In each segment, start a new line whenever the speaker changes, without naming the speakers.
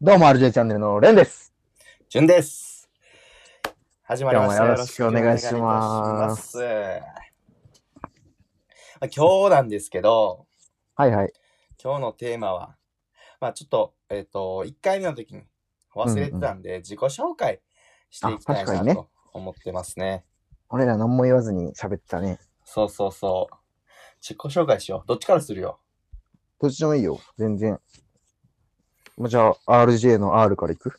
どうも、RJ チャンネルのレンです。
じゅんです。始まりました。
今日もよろしくお願いします
よろしくお願いいたします。まあ今日なんですけど、
はいはい。
今日のテーマは、まあちょっと、えっ、と、1回目の時に忘れてたんで、自己紹介していきた
あ確か
い
にね
なと思ってますね。
俺ら何も言わずに喋ってたね。
そうそうそう。自己紹介しよう。どっちからするよ。
どっちでもいいよ。全然。まあじゃあ、RJ の R からいく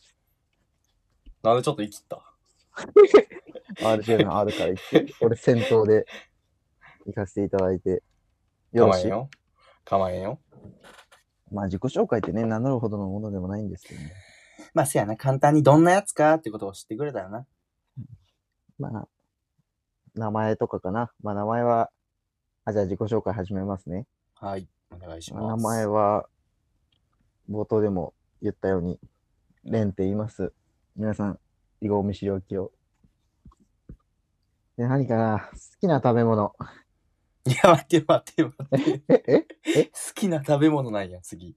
なんでちょっと生きった
?RJ の R からいく。俺、先頭で行かせていただいて。よ
か
ろ
ま
し
へん
い。
よ。かまへんよ。
まあ、自己紹介ってね、名乗るほどのものでもないんですけどね。
まあせやな、簡単にどんなやつかってことを知ってくれたらな。
まあ、名前とかかな。まあ、名前は、あ、じゃあ自己紹介始めますね。
はい。お願いします。
名前は、冒頭でも言ったように、レンって言います。皆さん、以後お見知りおきを。で、何かな好きな食べ物。
いや、待って待って待って。
え、え
好きな食べ物なんや、次。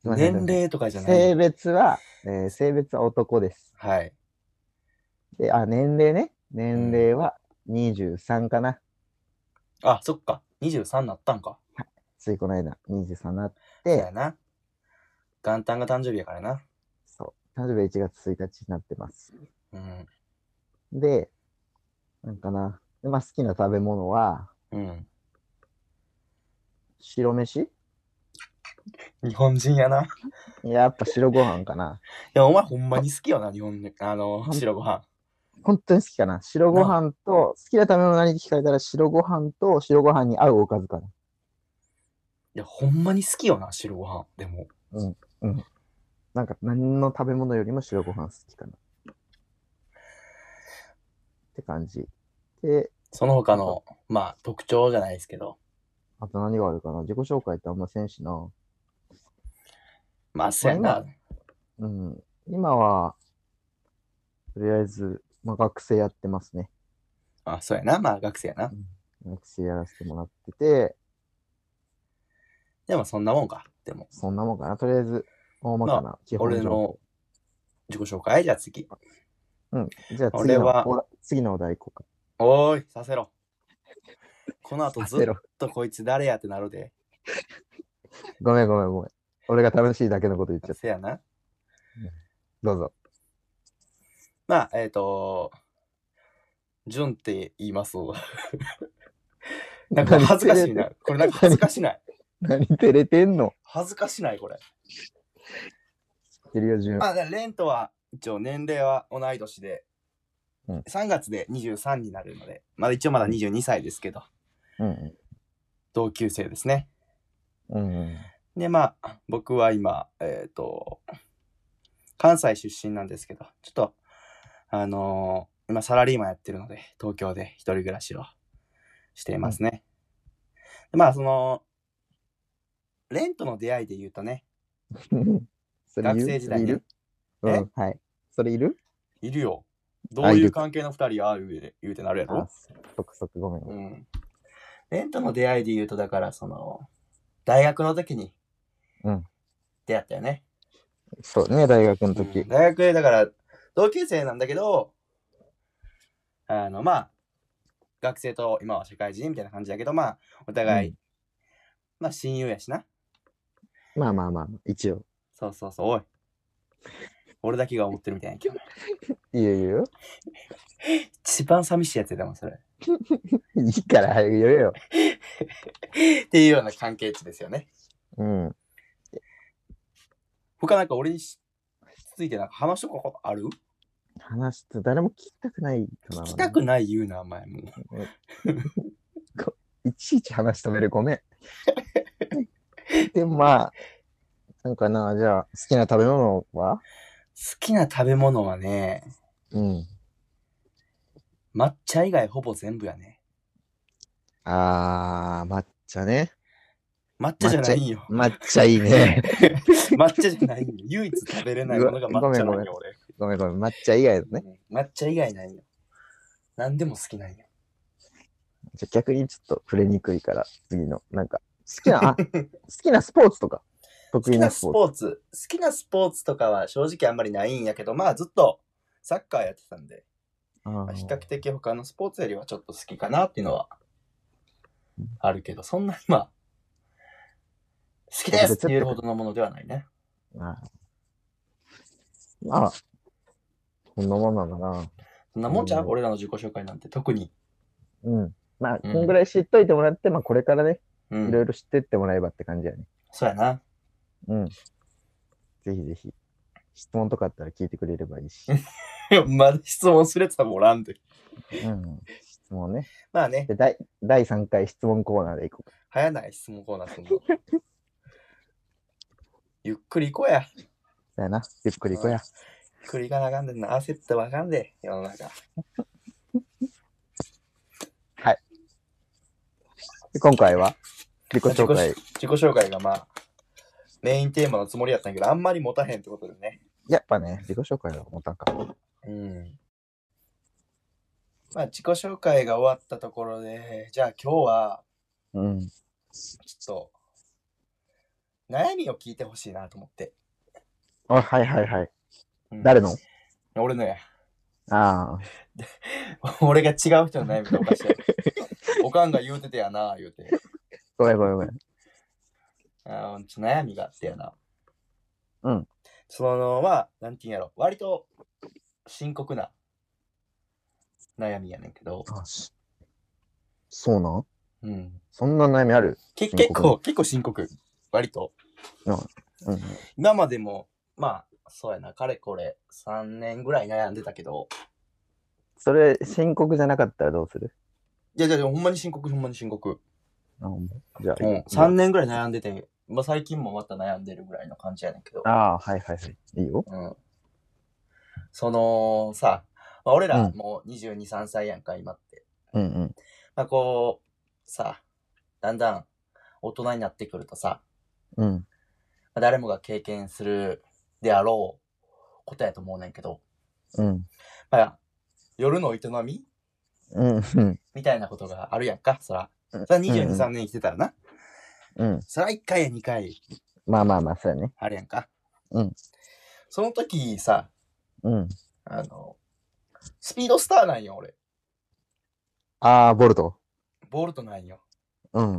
すいません
年齢とかじゃない
性
の。
別は、えー性別は男です。
はい。
で、あ、年齢ね。年齢は23かな。
あ、そっか。23なったんか。
ついこの間、23になっ
そ
て
や、な。元旦が誕生日やからな。
そう、誕生日は1月1日になってます。
うん。
で、なんかな。でまあ、好きな食べ物は、
うん。
白飯
日本人やな。い
やっぱ白ご飯かな。
や、お前ほんまに好きよな、日本の、あの、白ご飯。
本当に好きかな。白ご飯と、好きな食べ物何って聞かれたら白ご飯と白ご飯に合うおかずかな。
いや、ほんまに好きよな、白ご飯。でも。
なんか何の食べ物よりも白ご飯好きかな。って感じ。で、
その他の、まあ、特徴じゃないですけど。
あと何があるかな。自己紹介ってあんませんしな。
まあ、そや
まあう
な。
ん。今は、とりあえず、まあ、学生やってますね。
あ、そうやな。まあ、学生やな。
学生やらせてもらってて、
でも、そんなもんか。でも、
そんなもんかな。とりあえず、大まかな基本
俺
情報。
の自己紹介じゃあ次。
うん。じゃあ次
俺
の
は
お次のお題いこうか。
おーい、させろ。この後ず
焦
っ
ろ
とこいつ誰やってなるで。
ごめんごめんごめん。俺が楽しいだけのこと言っちゃった。
せやな。
どうぞ。
まあ、えっ、と、ジュンって言います。 なんか恥ずかしいな。これなんか恥ずかしない。
何照れてんの
恥ずかしない、これ。
知ってるよ、順。
まあ、だからレントは一応年齢は同い年で、
うん
3月で23になるので、まあ一応まだ22歳ですけど、
うん
同級生ですね。
うん。うんうん。
で、まあ、僕は今、えっ、と、関西出身なんですけど、ちょっと、あのー今サラリーマンやってるので、東京で一人暮らしをしていますね。でまあ、その、レントの出会いで言うとね、
それい
学
る
生時代
それい
に
る、うん、はい。それいる
いるよ。ど
あ
う
い
い
る
う関係の二人や、言うて言うてなるや
あ
ろ。、
そっかそっか、ごめん。
う。
うん
レントの出会いで言うと、だから、その、大学の時に
うん、
出会ったよね。
そうね、大学の
う
時
ん。大学でだから同級生なんだけどあのまあ学生と今は社会人みたいな感じだけどまあお互い、
うん
まあ親友やしな
まあまあまあ、一応。
そうそうそうおい俺だけが思ってるみたいな今日
いいよいいよ。
一番寂しいやつやでもそれ
いいから早く言えよ。
っていうような関係値ですよね
うん。
他なんか俺にしついてなんか話しとくことある
話して、誰も聞きたくないかな。
聞きたくない言うなお前もう
いちいち話止める、ごめん。で、まあ、なんかな、じゃあ、好きな食べ物は
好きな食べ物はね
うん。
抹茶以外ほぼ全部やね
あー、抹茶 ね。
抹茶じゃないんよ
抹茶いい ね。
抹茶じゃないんよ。唯一食べれないものが抹茶なんよ、俺。
ごめんごめん、抹茶以外のね。
抹茶以外ないよ。何でも好きなんよ。
じ ゃあ逆にちょっと触れにくいから、次の、なんか、好きな、あ、好きなスポーツとか。
好
得
き
意
な
なス
ス
ポーツ。
ポーツ、好きなスポーツとかは正直あんまりないんやけど、まあずっとサッカーやってたんで、
あ
まあ
ー
比較的他のスポーツよりはちょっと好きかなっていうのはあるけど、そんなにまあ、好きですって言えるほどのものではないね。
あーまあ、こんなもんなんだな。
そんなもんちゃう、
うん
俺らの自己紹介なんて特に。
うん。まあ、
う
こ
ん
んぐらい知っといてもらって、まあ、これからね、
う
いろ
ん。
いろ知ってってもらえばって感じやね。
そうやな。
うん。ぜひぜひ。質問とかあったら聞いてくれればいいし。
まだ質問するやつ多分おらんで。
うん。質問ね。
まあね、
で、第第3回質問コーナーでいこうか。
流行ない質問コーナーすんの。 ゆっくり行こうや。ゆっ
だよな。ゆっくり行こうや。
くりがなあかんでんな。焦ってわかんで、世の中。
で今回は、自己紹介。い
自己紹介がまあ、メインテーマのつもりやったんやけど、あんまり持たへんってことでね。
やっぱね、自己紹介は持たんか。
うん。まあ、自己紹介が終わったところで、じゃあ今日は、
うん。
ちょっと、悩みを聞いてほしいなと思って。
あ、はいはいはい。
うん
誰の
俺のや。
ああ。
俺が違う人の悩みとかして。おかんが言うててやな、言うて。
ごめんごめんごめん。
あーちょ悩みがあってやな。
うん。
そのは、なんていうんやろ、割と深刻な悩みやねんけど、
あしそうなん
うん。
そんな悩みある
け
深刻
結構、結構深刻。割と。
うん。
今までも、まあ、そうやな、かれこれ3年ぐらい悩んでたけど、
それ、深刻じゃなかったらどうする
いやいやいや、ほんまに深刻、ほんまに深刻。
あじゃあ、
うん。3年ぐらい悩んでて、まあ最近もまた悩んでるぐらいの感じやねんけど。
ああ、はいはいはい。いいよ。
うんそのさ、まあ、俺ら
うん
もう22、3歳やんか、今って。
うんうん。
まあこう、さ、だんだん大人になってくるとさ、
うん。
まあ誰もが経験するであろうことやと思うねんけど、
うん。
まあ、夜の営み
うん。うん。
みたいなことがあるやんか、そら。
う
そ
ん
ら22、
うん
3年生きてたらな。
うん。
そら1回や2回
まあまあまあ、そうやね。
あるやんか。
うん。
その時さ、
うん。
あの、スピードスターなんよ、俺。
ああ、ボルト。
ボルトなんよ。
うん。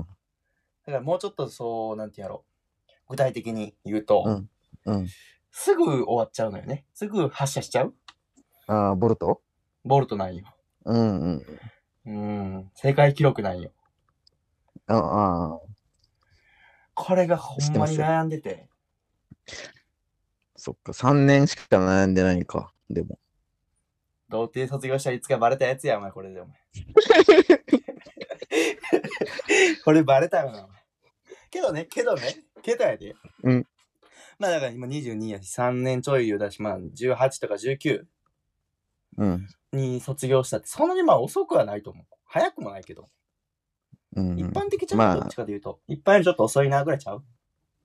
だからもうちょっとそう、なんてやろう。具体的に言うと、
うんうん。
すぐ終わっちゃうのよね。すぐ発射しちゃう
ああ、ボルト
ボルトなんよ。
うんうん。
うん。世界記録なんよ。
ああー、
これがほんまに悩んでて。
そっか。3年しか悩んでないか。でも。
童貞卒業したいつかバレたやつや、お前、これで、お 前。これバレたよな、お前。けどね、けどね、けどやで。
うん。
まあだから今22やし、3年ちょい言うだし、まあ18とか19
うん。
に卒業したって、そんなにまあ遅くはないと思う。早くもないけど。
うん。
一般的じゃ
ま
ん、
あ
どっちかというと。一般よりちょっと遅いなぐらいちゃう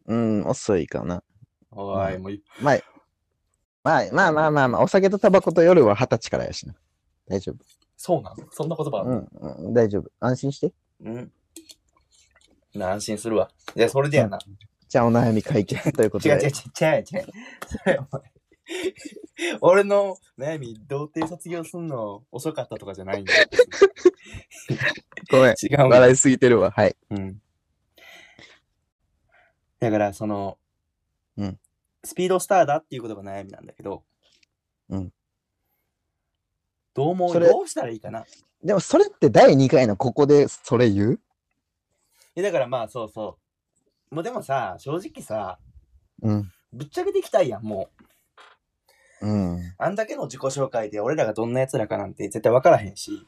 うん、遅いかな。
おーい、
う
もうい
まあ、まあまあまあまあ、まあ、お酒とタバコと夜は二十歳からやしな。大丈
そうなのそんな言葉あ
夫。
る
う
の
ん、うん、大丈夫。安心して。
うん。な安心するわ。いや、それでやな。
じゃあお悩み解 決ということ
違う
で。
違う違う違う違う。それお前俺の悩み、童貞卒業すんの遅かったとかじゃない んだよ。
ごめん。
違うんだよ
笑いすぎてるわ。はい。
うん。だから、その、
うん
スピードスターだっていうことが悩みなんだけど、
うん。
どう思う
それ
どうしたらいいかな
でもそれって第2回のここでそれ言う
いやだからまあそうそう。もうでもさ、正直さ、
うん。
ぶっちゃけていきたいやん、もう。
うん。
あんだけの自己紹介で俺らがどんな奴らかなんて絶対分からへんし。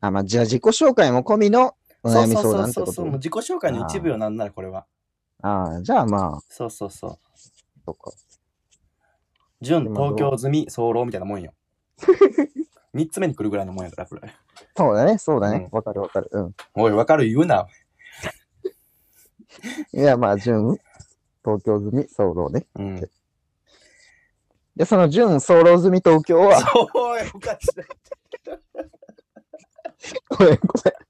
あ、まあ、じゃあ自己紹介も込みのお悩み相談って
そうそうそう
こ
そう。もう
と
自己紹介の一部よ、なんならこれは。
ああ、じゃあまあ、
そうそうそう。
そっか。
純
でもど
東
う
京済み早漏みたいなもんよ。 三つ目に来るぐらいのもんやから、これ。
そうだね、そうだ
う
ね
ん。
わ、かるわかる。う
おい、分かる言うな。
ん。いや、まあ、純、東京済み、騒動ね。
うん。
で、その純、騒動済み東京は、
おい、おかしい。
ごめんごめん。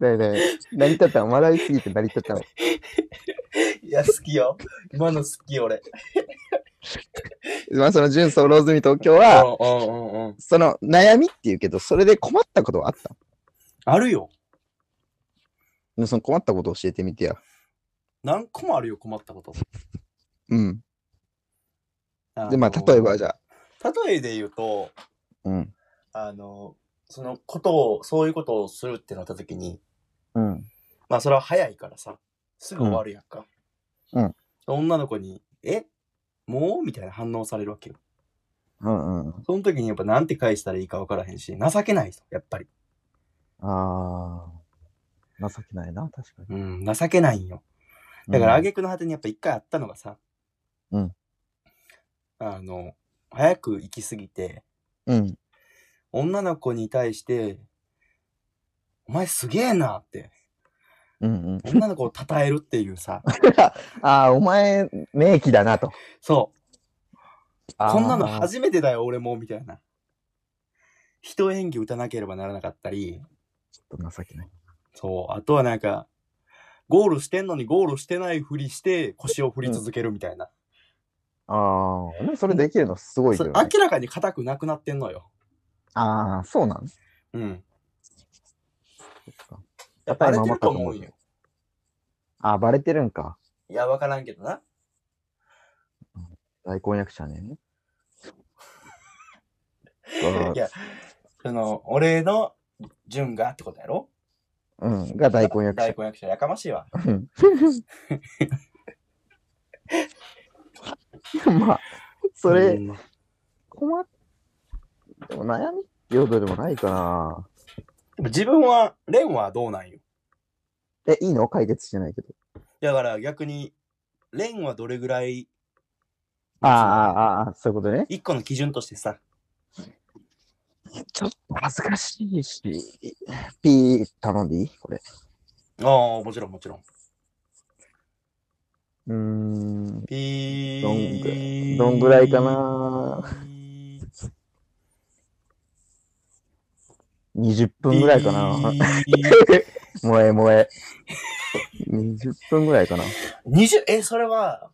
だよね。成り立ったん笑いすぎて成り立ったの。
いや、好きよ。今の好き、俺。
まあ、その純ソロ済み東京は、
うんうんうんうん。
その悩みって言うけど、それで困ったことはあった
あるよ。
のその困ったことを教えてみてや。
何個もあるよ、困ったこと。
うん。
あの
で、まあ、例えばじゃあ。
例えで言うと、
うん。
あの、そのことを、そういうことをするってなった時に、
うん。
まあそれは早いからさ、すぐ終わるやんか。
うんうん
女の子に、えもうみたいな反応されるわけよ。
うんうん。
その時にやっぱなんて返したらいいか分からへんし、情けないと、やっぱり。
ああ。情けないな、確かに。
うん、情けないんよ。だから、
げ、
挙句の果てにやっぱ一回あったのがさ、
うん。
あの、早く行きすぎて、
うん。
女の子に対して、お前すげえなって、
うんうん。
女の子を称えるっていう さ、
ああ、お前、名器だなと。
そう、
あー
こんなの初めてだよ、俺も、みたいな。人演技打たなければならなかったり、
ちょっと情けない。
そう、あとはなんか、ゴールしてんのにゴールしてないふりして腰を振り続けるみたいな。
ああ。でもそれできるのすごいけ
そ
ど、
れ
ね。
明らかに硬くなくなってんのよ。
ああ、そうなん
うん。
やっ
バ
ぱり
レて
守
る
った
と
と思
思
う
うよ。
ああ、バレてるんか。
いや、わからんけどな。
大婚約者ね。
いや、その、俺の順がってことやろ
うん、が大婚約者
大。婚約者、やかましいわ。
うん まあ、それ、
うん
困っ、でも悩みっていうほどでもないかな。
でも自分は、レンはどうなんよ。
え、いいの解決してないけど。
だから逆に、レンはどれぐらい、
ああ、ああ、ああ、そういうことね。
一個の基準としてさ、
ちょっと恥ずかしいし。ピー頼んでいいこれ。
ああ、もちろんもちろん。
うーん。
ピー。
どんぐらいどんぐらいかな20分ぐらいかな。萌え萌え。20分ぐらいかな。
二十え、それは、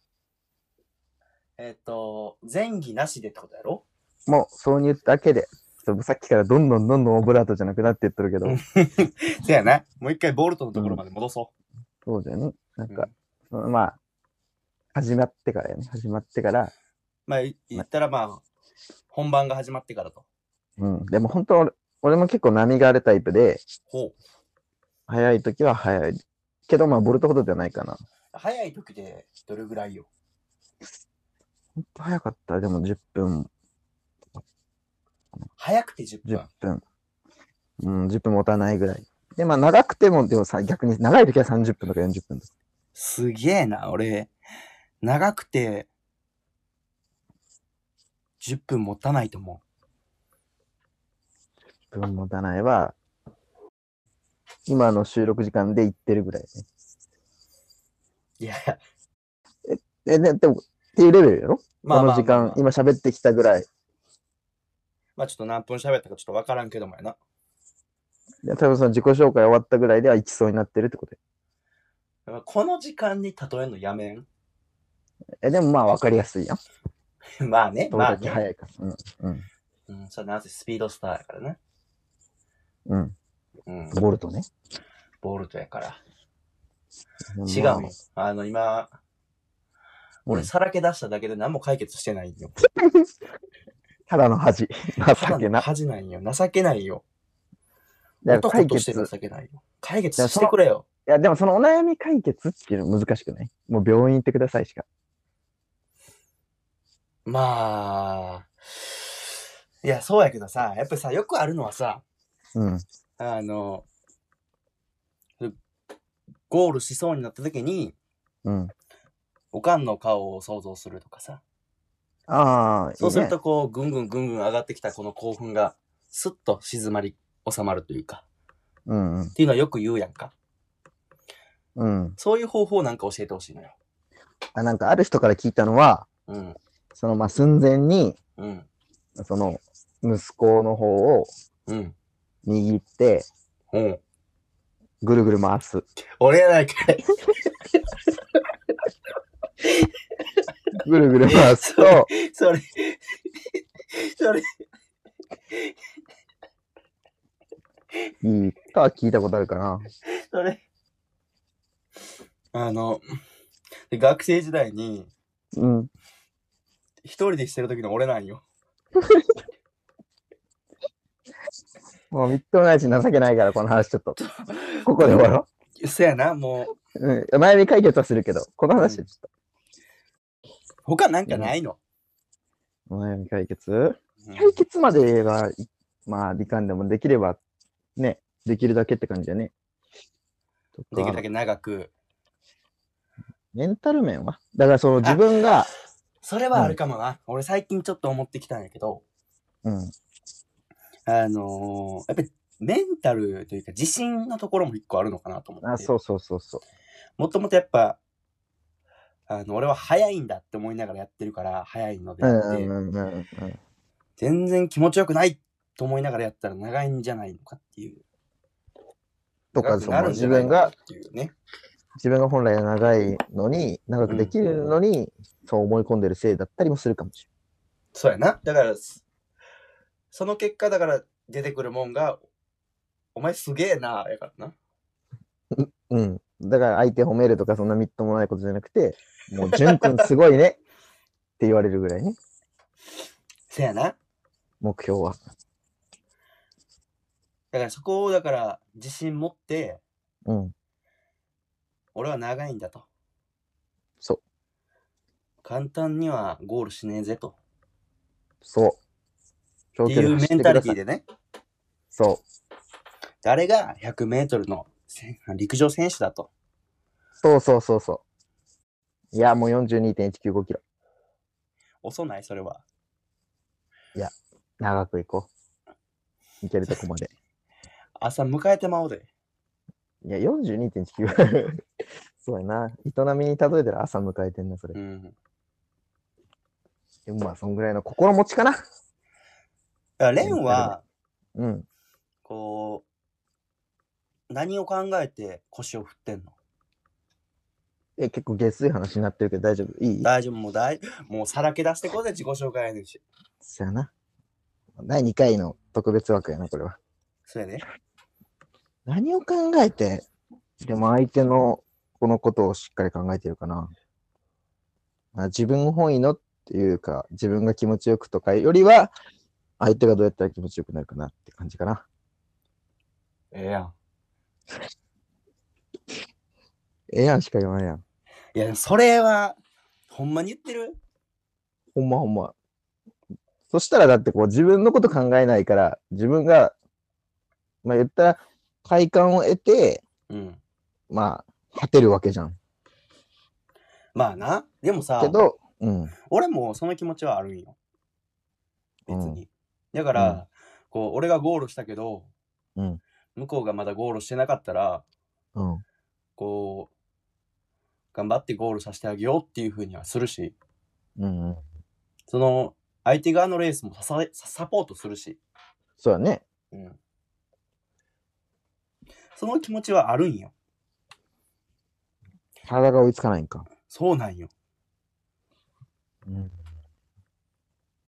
えっ、と、前儀なしでってことやろ
もう挿入だけで。ちょっとさっきからどんどんどんどんオブラートじゃなくなっていってるけど
う。んせやな。もう一回ボルトのところまで戻そ
そうだよね。なん
う。
か、そのまあ、始まってからやね。始まってから。
まあ、い言ったらまあ、本番が始まってからと。
うん。でも本当俺、俺も結構波があるタイプで、
ほう。
早い時は早い。けどまあ、ボルトほどじゃないかな。
早い時でどれぐらいよ。
ほんと早かったらでも10分、
早くて10
10
分。
分。うん、10分持たないぐらい。で、まあ、長くても、でもさ、逆に、長い時は30分とか40分とか。
すげえな、俺。長くて、10分持たないと思う。
10分持たないは、今の収録時間で行ってるぐらいね。
いや、
え、ね、でも、っていうレベルやろ
まあまあまあまあ、
この時間、今喋ってきたぐらい。
まあちょっと何分喋ったかちょっとわからんけどもやな。
いや多分その自己紹介終わったぐらいでは行きそうになってるってこと
だからこの時間に例えるのやめん。
やえ、でもまあ分かりやすいやん。
まあね、
どれ
まあ
だけ
ね。
早いか。うん。
うん、それなぜスピードスターやからね。
うん。
うん
う、ん。ボルトね。
ボルトやから。違う
まあ
よ。あの、今、
う
俺
ん
さらけ出しただけで何も解決してないんよ。
ただの 恥。情けな。
恥ないんよ。情けないよ。
だから
男
解
として
決。い
情けないよ。解決してくれよ。
や、でもそのお悩み解決っていうの難しくないもう病院行ってくださいしか。
まあ、いや、そうやけどさ、やっぱりさ、よくあるのはさ、
うん。
あの、ゴールしそうになった時に、
うん。
おかんの顔を想像するとかさ。
ああ、
そうする
いい
と
ね、
こう、ぐんぐんぐんぐん上がってきたこの興奮が、スッと静まり、収まるというか、
うんうん
っ。ていうのはよく言うやんか。
うん。
そういう方法なんか教えてほしいのよ。
あ、なんかある人から聞いたのは、
うん、
そのまあ寸前に、
うん、
その息子の方を
うん、
握って、
うん。
ぐるぐる回す。
俺やないか い。
ぐるぐる回す と、
それ、それ、
いいとは聞いたことあるかな。
それ。あの、で学生時代に、
うん。
一人でしてる時の俺なんよ。
もうみっともないし情けないから、この話ちょっ と。ここで終わろ
そやな、も
う。うん。前に解決はするけど、この話はちょっ
う、他なんかないの、
と。お悩み解決
うん
解決まで言えば、いまあ、理解でもできれば、ね、できるだけって感じだね。とか
できるだけ長く。
メンタル面はだからその自分が、
それはあるかもな。俺最近ちょっと思ってきたんやけど、
うん。
あのーやっぱりメンタルというか自信のところも一個あるのかなと思
あ、
って。
そうそうそうそう。
もともとやっぱ、あの、俺は早いんだって思いながらやってるから、早いので
う
あ
ん
って、
うんうんうんうん。
全然気持ちよくないと思いながらやったら長いんじゃないのかっていう。
とか、
長
そ
くな
の
るん
自
じゃない
分
のか
が
っ、ていうね。
自分が本来長いのに、長くできるのに、そう思い込んでるせいだったりもするかもし
そうやな。だから、すその結果だから出てくるもんが、お前すげえな、やからな。
れない。うん。だから相手褒めるとか、そんなみっともないことじゃなくて、もう、淳君すごいねって言われるぐらいね、
せやな。
目標は。
だからそこを、だから自信持って、
うん。
俺は長いんだと。
そう。
簡単にはゴールしねえぜと。
そう。長
っていうメンタリティ
い。
でね。
そう。
誰が100メートルのせ陸上選手だと。
そうそうそうそう。いや、もう42.195キロ。
遅ないそれは。
長くいこう。いけるとこまで。
朝迎えてまおうで。
いや、42.195。そうやな。営みに例えたら朝迎えてんな、それ
う。ん。
でもまあ、そんぐらいの心持ちかな。
だから、レンは、
うん。
こう、何を考えて腰を振ってんの
え、結構下水話になってるけど大丈夫いい
大丈夫もう大、もうさらけ出してこうぜ、自己紹介やねんし。
そやな。第2回の特別枠やな、これは。
そうやね。
何を考えて、でも相手のこのことをしっかり考えてるかな。まあ、自分本位のっていうか、自分が気持ちよくとかよりは、相手がどうやったら気持ちよくなるかなって感じかな。
ええやん。
ええやんしか言わんやん。
いや、でもそれは、ほんまに言ってる
ほんまほんま。そしたらだってこう自分のこと考えないから、自分が、まあ言ったら快感を得て、
うん。
まあ、果てるわけじゃん。
まあな。でもさ
け、ど、うん。
俺もその気持ちはあるんよ。別
うん
に。だから、
うん
こう、俺がゴールしたけど、
うん
向こうがまだゴールしてなかったら、
うん。
こう、頑張ってゴールさせてあげようっていうふうにはするし、
うん、うん。
その、相手側のレースも支えササポートするし、
そうだね。
うん。その気持ちはあるんよ。
体が追いつかないんか。
そうなんよ。
うん。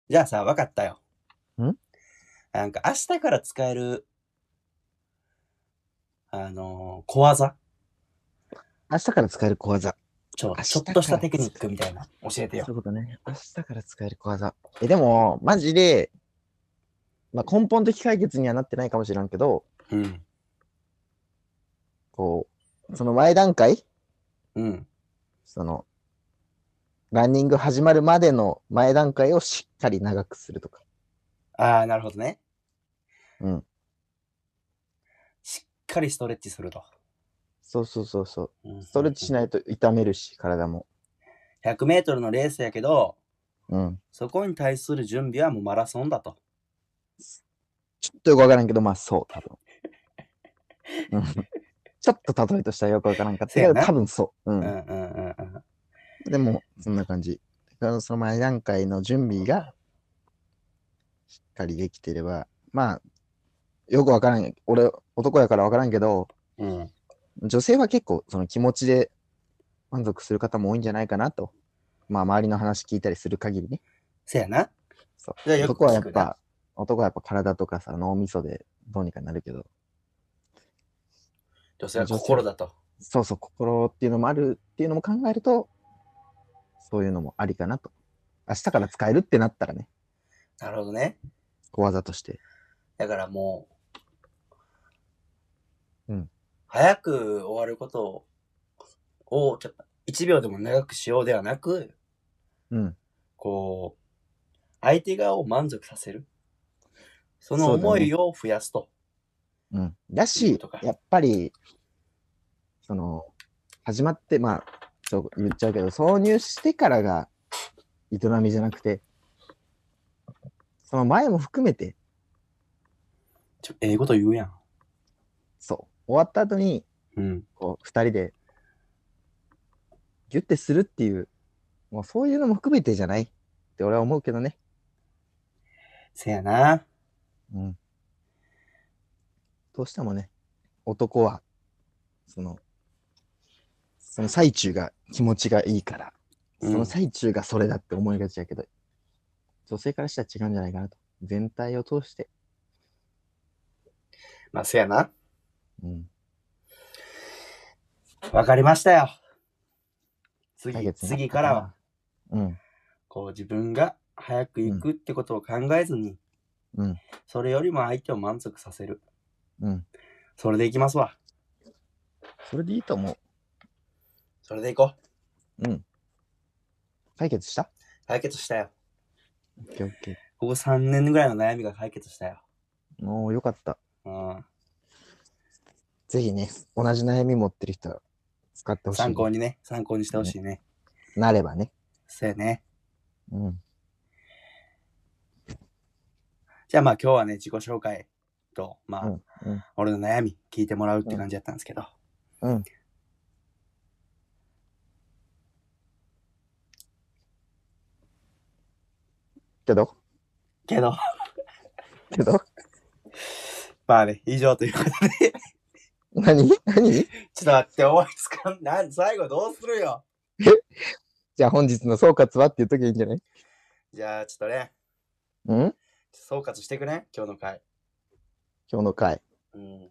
じゃあさ、わかったよ。
ん
なんか明日から使える、あのー小技
明日から使える小技。
ちょ
明
ち
日
ょっ
から
としたテクニックみたいな、教えてよ
そ。ういうことね。明日から使える小技。え、でも、マジで、まあ根本的解決にはなってないかもしれんけど、
うん。
こう、その前段階
うん。
その、ランニング始まるまでの前段階をしっかり長くするとか。
ああ、なるほどね。
うん。
しっかりストレッチすると。
そうそうそうそう。
うん
ストレッチしないと痛めるし、体も。
100メートルのレースやけど、
うん。
そこに対する準備はもうマラソンだと。
ちょっとよくわからんけど、まあそう、多 分。うんちょっと例えとしてはよくわからんかったけ
せや
ど、
な
多分そう。う。
うんうんんうんうん。
でも、そんな感じ。だからその前段階の準備が、しっかりできてれば、まあ、よくわからん。俺、男やからわからんけど、
うん。
女性は結構その気持ちで満足する方も多いんじゃないかなと。まあ周りの話聞いたりする限りね。
せやな。
そう
じゃあよく
男はやっ
聞くな
ぱ、男はやっぱ体とかさ、脳みそでどうにかなるけど、
女性は心だと。
そうそう、心っていうのもあるっていうのも考えると、そういうのもありかなと。明日から使えるってなったらね、
なるほどね。
小技として。
だからもう、
うん。
早く終わることを、をちょっと、1秒でも長くしようではなく、
うん。
こう、相手側を満足させる。その
そうだね
思いを増やすと。
うん。だ
いい
し
ことか、
やっぱり、その、始まって、まあ、そう言っちゃうけど、挿入してからが営みじゃなくて、その前も含めて、
ちょ、ええこと言うやん。
そう、終わった後に、
うん。
こう、二人で、ギュッてするっていう、もうそういうのも含めてじゃないって俺は思うけどね。
せやな。
うん。どうしてもね、男は、その、その最中が気持ちがいいから、
う
そ
ん
の最中がそれだって思いがちやけど、女性からしたら違うんじゃないかなと。全体を通して。
まあ、せやな。
うん。
わかりましたよ。次、
になった
次からは、。
うん。
こう自分が早く行くってことを考えずに、
うん
それよりも相手を満足させる。
うん。
それで行きますわ。
それでいいと思う。
それで行こう。
うん。解決した
解決したよ。
オッケーオッケ
ここ3年ぐらいの悩みが解決したよ。
ー。もうよかった。
うん。
ぜひね、同じ悩み持ってる人は使ってほしい。
参考にね、参考にしてほしいね。
なればね。
そうやね。
うん。
じゃあまあ今日はね、自己紹介と、まあ、
うんうん
俺の悩み聞いてもらうって感じだったんですけど。
うん。けど
けど、
けど
まあね、以上ということで、
何 何
ちょっと待って、思いつかん、なん、最後どうするよ。
じゃあ本日の総括はっていうときいいんじゃない
じゃあちょっとね、
うん
総括してくれん今日の回。
今日の回。
うん。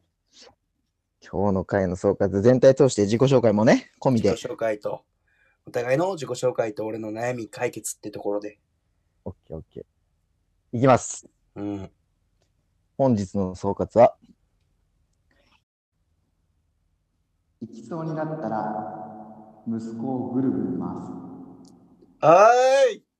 今日の回の総括、全体通して自己紹介もね、込み
自
で。
己紹介と、お互いの自己紹介と俺の悩み解決ってところで。
オッケーオッケー。いきます。
うん。
本日の総括は、行きそうになったら、息子をぐるぐる回す。
はーい